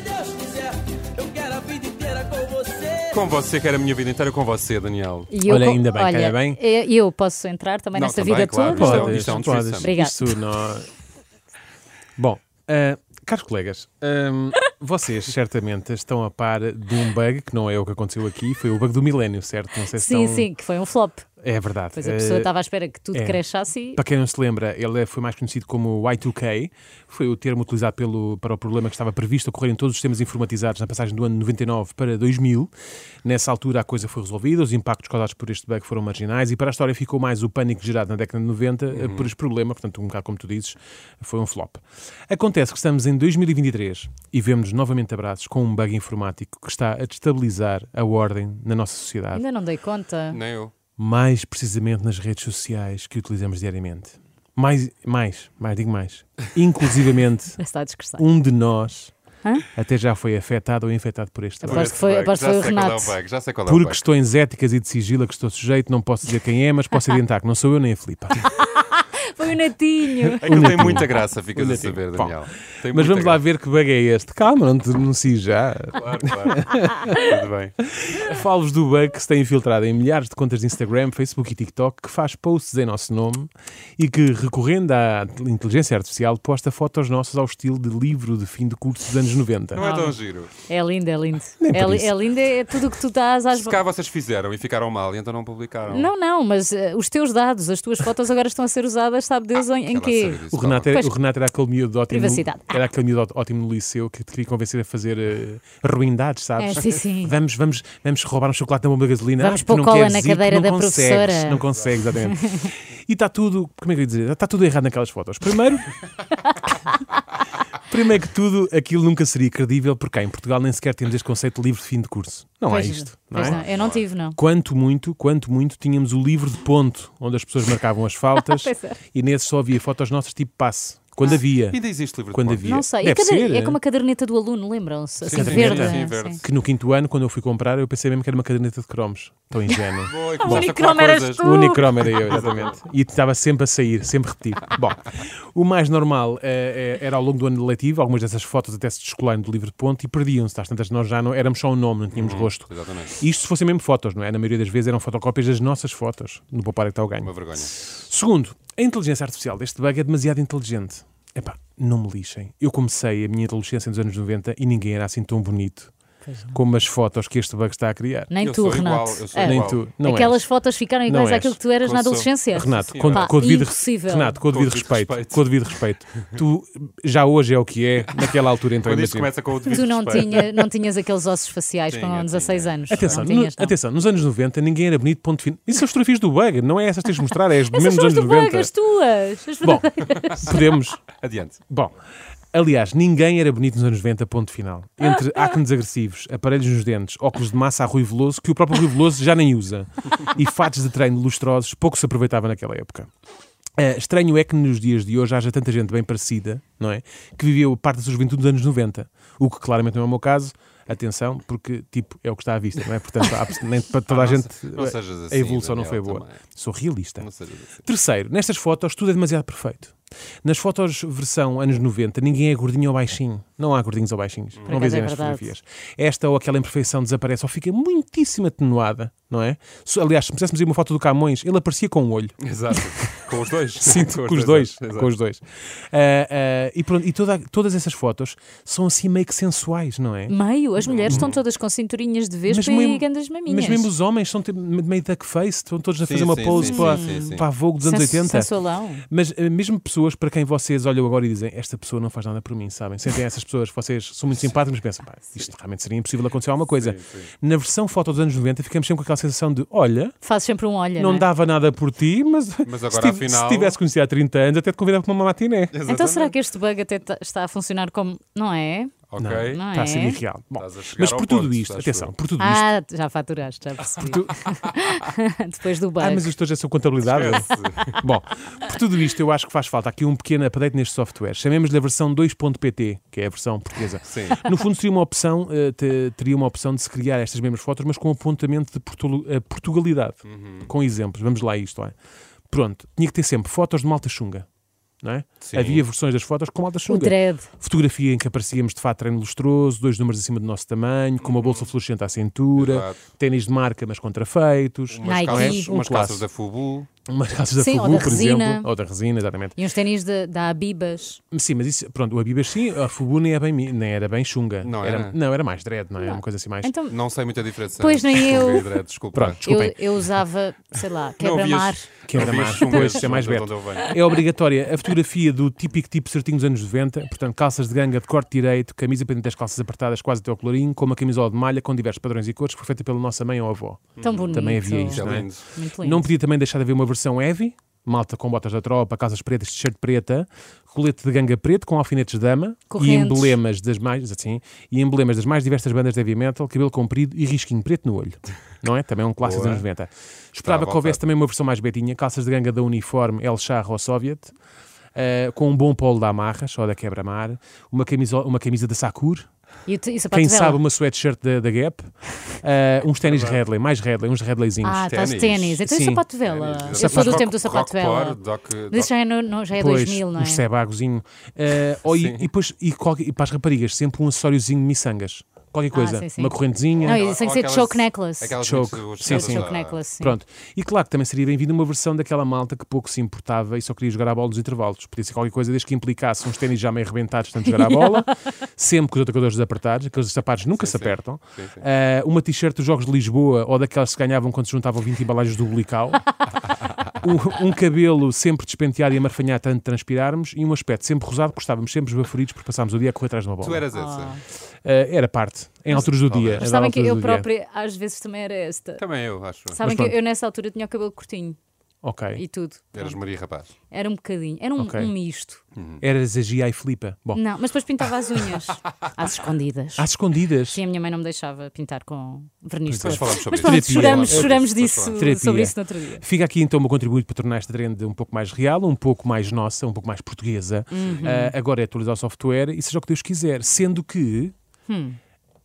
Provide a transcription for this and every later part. Deus quiser, eu quero a vida inteira com você. Com você, quero a minha vida inteira com você, Daniel. E eu Olha, co- ainda bem, olha, calha bem. eu- Eu posso entrar também Não, nessa também, vida claro, toda? isto é- Podes, isto é um threesome. Obrigada. Isso não- Bom, ah, caros colegas, ahm, vocês certamente estão a par de um bug que não é o que aconteceu aqui, foi o bug do milénio, certo? Não sei se Sim, estão- sim, que foi um flop. É verdade. Pois a Ah, pessoa estava à espera que tudo assim. é. cresçasse e. Para quem não se lembra, ele é, foi mais conhecido como Y2K, foi o termo utilizado pelo, para o problema que estava previsto ocorrer em todos os sistemas informatizados na passagem do ano 99 para 2000. Nessa altura a coisa foi resolvida, os impactos causados por este bug foram marginais e para a história ficou mais o pânico gerado na década de 90 eh, por este problema, portanto, um bocado como tu dizes, foi um flop. Acontece que estamos em 2023 e vemos novamente abraços com um bug informático que está a destabilizar a ordem na nossa sociedade Ainda não dei conta. Nem eu. mais precisamente nas redes sociais que utilizamos diariamente. Mais, mais, mais, digo mais. Inclusivamente, Está a discursar. um de nós Hã? até já foi afetado ou infectado por este Aposto trabalho. que foi- Bug. aposto já que foi o sei qual é Renato. bug, já sei qual é o Por bug. questões éticas e de sigilo a que estou sujeito, não posso dizer quem é, mas posso adiantar que não sou eu nem a Filipa. Foi o Natinho. Aquilo É tem Natinho. muita graça, ficas Um a natinho. saber, Bom, Daniel. Tem Mas muita vamos lá ver que bug é este. Calma, não te denuncie já. graça. Claro, claro. Tudo bem. Falo-vos do bug que se tem infiltrado em milhares de contas de Instagram, Facebook e TikTok, que faz posts em nosso nome e que, recorrendo à inteligência artificial, posta fotos nossas ao estilo de livro de fim de curso dos anos 90. Não é tão giro. É lindo, é lindo. Nem por É, li- isso. é lindo, é tudo o que tu dás às Se cá vocês fizeram e ficaram mal e então não publicaram. Não, não, mas eh, os teus dados, as tuas fotos agora estão a ser usadas, sabe Deus, em, em Ah, Ela quê? sabe disso, O Renato, tá era, Pois. o Renato era aquele miúdo ótimo. Privacidade. Era aquele miúdo ótimo no liceu que te queria convencer a fazer eh, ruindades, sabes? É, sim, sim. Vamos, vamos, vamos roubar um chocolate na bomba de gasolina. Vamos Ah, tu pôr não cola queres na ir, tu cadeira não da consegues, professora. Não consegue, exatamente. e está tudo, como é que eu ia dizer? Está tudo errado naquelas fotos. Primeiro. Primeiro que tudo, aquilo nunca seria credível, porque cá em Portugal nem sequer temos este conceito de livro de fim de curso. Não Pois há isto, não pois é? não, eu não tive, não. Quanto muito, quanto muito, tínhamos o livro de ponto, onde as pessoas marcavam as faltas, Pois é. Ah. e nesse só havia fotos nossas tipo passe. Quando havia, Ainda existe livro de Quando pontos. havia. Não sei. E Deve cadern- ser, é é? como a caderneta do aluno, lembram-se? Sim, Assim, sim, verde. sim, verde. sim. que no quinto ano, quando eu fui comprar, eu pensei mesmo que era uma caderneta de cromos. Tão ingênuo. Boa, e Ah, O começa a único colar nome eras coisas. tu. O único cromo era eu, exatamente. E estava sempre a sair, sempre repetido. Bom, o mais normal eh, eh, era ao longo do ano letivo, algumas dessas fotos até se descolarem do livro de ponto e perdiam-se. Às tantas nós já não éramos só um nome, não tínhamos rosto. Hum, Exatamente. Isto se fossem mesmo fotos, não é? Na maioria das vezes eram fotocópias das nossas fotos. No Poupar é que está o ganho. Uma vergonha. Segundo, a inteligência artificial deste bug é demasiado inteligente. Epá, não me lixem. Eu comecei a minha adolescência nos anos 90 e ninguém era assim tão bonito como as fotos que este bug está a criar. Nem Eu tu, sou Renato. igual, eu sou Ah, igual. Nem tu. Não Aquelas és. fotos ficaram Não iguais és. àquilo que tu eras na Consou- adolescência. Renato, Sim, com, senhora. com o devido, Impossível. Renato, com o devido Com o devido respeito, respeito. com o devido respeito, tu já hoje é o que é, naquela altura então Quando isto imagina. começa com o devido Tu não, respeito. tinha, não tinhas aqueles ossos faciais Tinha, com 16 tinha. anos. Atenção, não tinhas, no- não. atenção, nos anos 90 ninguém era bonito, ponto final. Isso são as fotografias do bug, não é essas que tens de mostrar, é as do Essas mesmo são as dos anos do 90. Braga, as tuas. As Bom, verdadeiras. podemos, Adiante. Bom, aliás, ninguém era bonito nos anos 90, ponto final. Entre acnes agressivos, aparelhos nos dentes, óculos de massa a Rui Veloso, que o próprio Rui Veloso já nem usa, e fatos de treino lustrosos, pouco se aproveitava naquela época. Ah, estranho é que nos dias de hoje haja tanta gente bem parecida, não é? Que viveu parte da sua juventude dos anos 90, o que claramente não é o meu caso. Atenção, porque tipo, é o que está à vista, não é? Portanto, há, nem para toda a não gente se- não sejas a assim, evolução não foi Daniel, boa. também. Sou realista. Não sejas assim. Terceiro, nestas fotos tudo é demasiado perfeito. Nas fotos versão anos 90, ninguém é gordinho ou baixinho. Não há gordinhos ou baixinhos. Não acaso vês é nas verdade. fotografias. Esta ou aquela imperfeição desaparece ou fica muitíssimo atenuada, não é? Se- Aliás, se precisássemos ir uma foto do Camões, ele aparecia com um olho. Exato. Com os dois. Sim, com os dois. Exato. Com os dois. Ah, ah, e pronto, e toda- todas essas fotos são assim meio que sensuais, não é? Meio, as mulheres estão todas com cinturinhas de vespa e grandes maminhas. mas mesmo os homens são te- meio duckface, estão todos a Sim, fazer uma sim, pose sim, para, sim, sim, sim. para a Vogue dos anos Sensu- 80. Sensualão. Mas eh, mesmo pessoas para quem vocês olham agora e dizem esta pessoa não faz nada por mim, sabem? Sentem essas pessoas, vocês são muito simpáticos, mas pensam, pá, isto realmente seria impossível acontecer alguma coisa. Na versão foto dos anos 90, ficamos sempre com aquela sensação de: olha, Fazes sempre um olha. não é? dava nada por ti, mas, Mas se, agora, tive- afinal- se tivesse conhecido há 30 anos, até te convidava para uma matiné. Então será que este bug até tá- está a funcionar como. Não é? ok? Não Está a ser é? irreal. Bom, Estás a chegar mas ao por tudo ponto, isto, acho atenção, eu. por tudo isto. Ah, já faturaste, já percebi. Depois do Ah, banco. mas isto hoje é só contabilidade. Esquece. Bom, por tudo isto, eu acho que faz falta aqui um pequeno update neste software. Chamemos-lhe a versão 2.pt, que é a versão portuguesa. Sim. No fundo, seria uma opção, eh, te- teria uma opção de se criar estas mesmas fotos, mas com apontamento de portu- eh, Portugalidade. Uhum. Com exemplos, vamos lá a isto. Olha. Pronto, tinha que ter sempre fotos de malta chunga. Não é? Sim. Havia versões das fotos com malta O chunga. dread. Fotografia em que aparecíamos de fato treino lustroso, dois números acima do nosso tamanho, com uma bolsa fluorescente à cintura, Uhum. Exato. ténis de marca, mas contrafeitos, Umas Nike. calças, Um umas calças classe. da Fubu. umas calças da Sim, ou da Fubu, por resina. exemplo, ou da resina, exatamente. E uns ténis de- da Abibas. Sim, mas isso, pronto, o Abibas sim, a Fubu nem, é bem, mi- nem era bem chunga. Não era? não, era mais dread, não é? Uma coisa assim mais. Então, Não sei muita diferença. Pois, nem Desculpa, eu. André, Desculpa. Pronto, eu, desculpem. eu usava, sei lá, Não havia- quebra-mar. Que era não havia mais- chungas pois, é mais de onde Beto. eu venho. É obrigatória a fotografia do típico tipo certinho dos anos 90, portanto, calças de ganga de corte direito, camisa pendente das calças apertadas quase até ao colorinho, com uma camisola de malha com diversos padrões e cores, que foi feita pela nossa mãe ou avó. Tão bonito. Também havia isto, Isso não é é? lindo. Muito lindo. Não podia também deixar de haver uma versão heavy, malta com botas da tropa, calças pretas, t-shirt preta, colete de ganga preto com alfinetes de dama e Correntes. emblemas das mais, assim, e emblemas das mais diversas bandas de heavy metal, cabelo comprido e risquinho preto no olho. Não é? Também é um clássico dos Boa. anos 90. Esperava à que houvesse vontade. também uma versão mais betinha, calças de ganga da uniforme El Charro ou Soviet. eh, com um bom polo de amarras ou da quebra-mar, uma, camiso- uma camisa da Sakur, E, o te- e o sapato quem de vela? sabe uma sweatshirt da, da Gap, eh, uns ténis Redley, mais Redley, uns Redleyzinhos. Ah, estás de ténis. ténis. Então e Sim. sapato de vela? Ténis, Eu sou é do exatamente. Rock- é tempo do sapato de rockcore, vela. doc- Mas Isso já é, no, no- já é Pois, 2000, não é? Um cebagozinho. Eh, ou e, e depois, e, qualquer- e para as raparigas, sempre um acessóriozinho de miçangas. Qualquer coisa. Ah, sim, sim. Uma correntezinha. Não, isso tem que ser de Aquelas- choke necklace. aquelas Choke. muito- Sim, sim. Choke necklace, sim. Pronto. é E claro que também seria bem-vinda uma versão daquela malta que pouco se importava e só queria jogar a bola nos intervalos. Podia ser qualquer coisa, desde que implicasse uns ténis já meio arrebentados, tanto jogar a bola, sempre com os atacadores desapertados, aqueles sapatos nunca se sim. apertam. Sim, sim. Eh, uma t-shirt dos Jogos de Lisboa ou daquelas que se ganhavam quando se juntavam 20 embalagens do Bulical. O- um cabelo sempre despenteado e amarfanhado tanto de transpirarmos e um aspecto sempre rosado, que estávamos sempre esbaforidos porque passámos o dia a correr atrás de uma bola. Tu eras Oh. essa. Eh, era parte, em alturas do dia. Mas era sabem que alturas eu do dia. própria, às vezes, também era esta. Também eu, acho. Sabem Mas que eu, pronto. eu nessa altura tinha o cabelo curtinho Ok. e tudo. Eras Maria Rapaz. Era um bocadinho, era um, Ok. um misto. Eras a Gia e Filipa. Bom, Não, mas depois pintava as unhas, às escondidas. às escondidas. Sim, a minha mãe não me deixava pintar com verniz Depois todo. falamos sobre Mas isso. pronto, Terapia. choramos, Falamos choramos sobre disso, isso, sobre Terapia. isso no outro dia. Fica aqui então o meu contributo para tornar esta trend um pouco mais real, um pouco mais nossa, um pouco mais portuguesa. Uhum. Ah, agora é atualizar o software e seja o que Deus quiser. Sendo que Hum.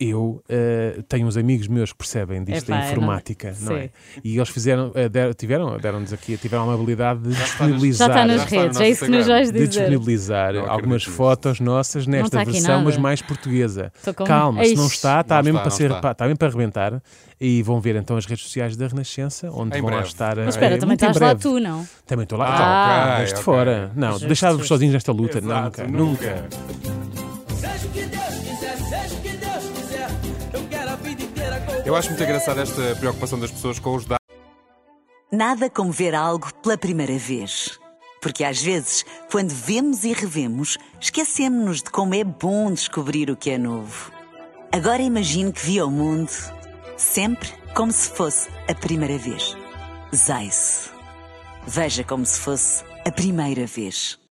eu ah, tenho uns amigos meus que percebem disto Epá, da eu informática, não, não- é? Sim. E eles fizeram, ah, deram, tiveram, deram-nos aqui, tiveram a amabilidade de Já disponibilizar. está nas está no redes, nosso é isso que nos Instagram. vais de dizer. disponibilizar Não acredito algumas nisso. fotos nossas está nesta aqui versão, mas nada. mais portuguesa. Estou com- Calma, se não Eish. está, está Não mesmo está, para não ser, está. pá, está mesmo para arrebentar. E vão ver então as redes sociais da Renascença, onde Em vão lá breve. estar. é Mas espera, também estás lá tu, né? não? Também estou lá. Ah, Ah, ok, de ok. fora. Não, Justo, deixava-vos justo. sozinhos nesta luta. Não, Exato, nunca, nunca. Seja o que Deus quiser, seja o que Deus quiser, eu quero a vida inteira com Eu acho muito você. engraçada esta preocupação das pessoas com os dados. Nada como ver algo pela primeira vez. Porque às vezes, quando vemos e revemos, esquecemos-nos de como é bom descobrir o que é novo. Agora imagine que viu o mundo sempre como se fosse a primeira vez. Zais. Veja como se fosse a primeira vez.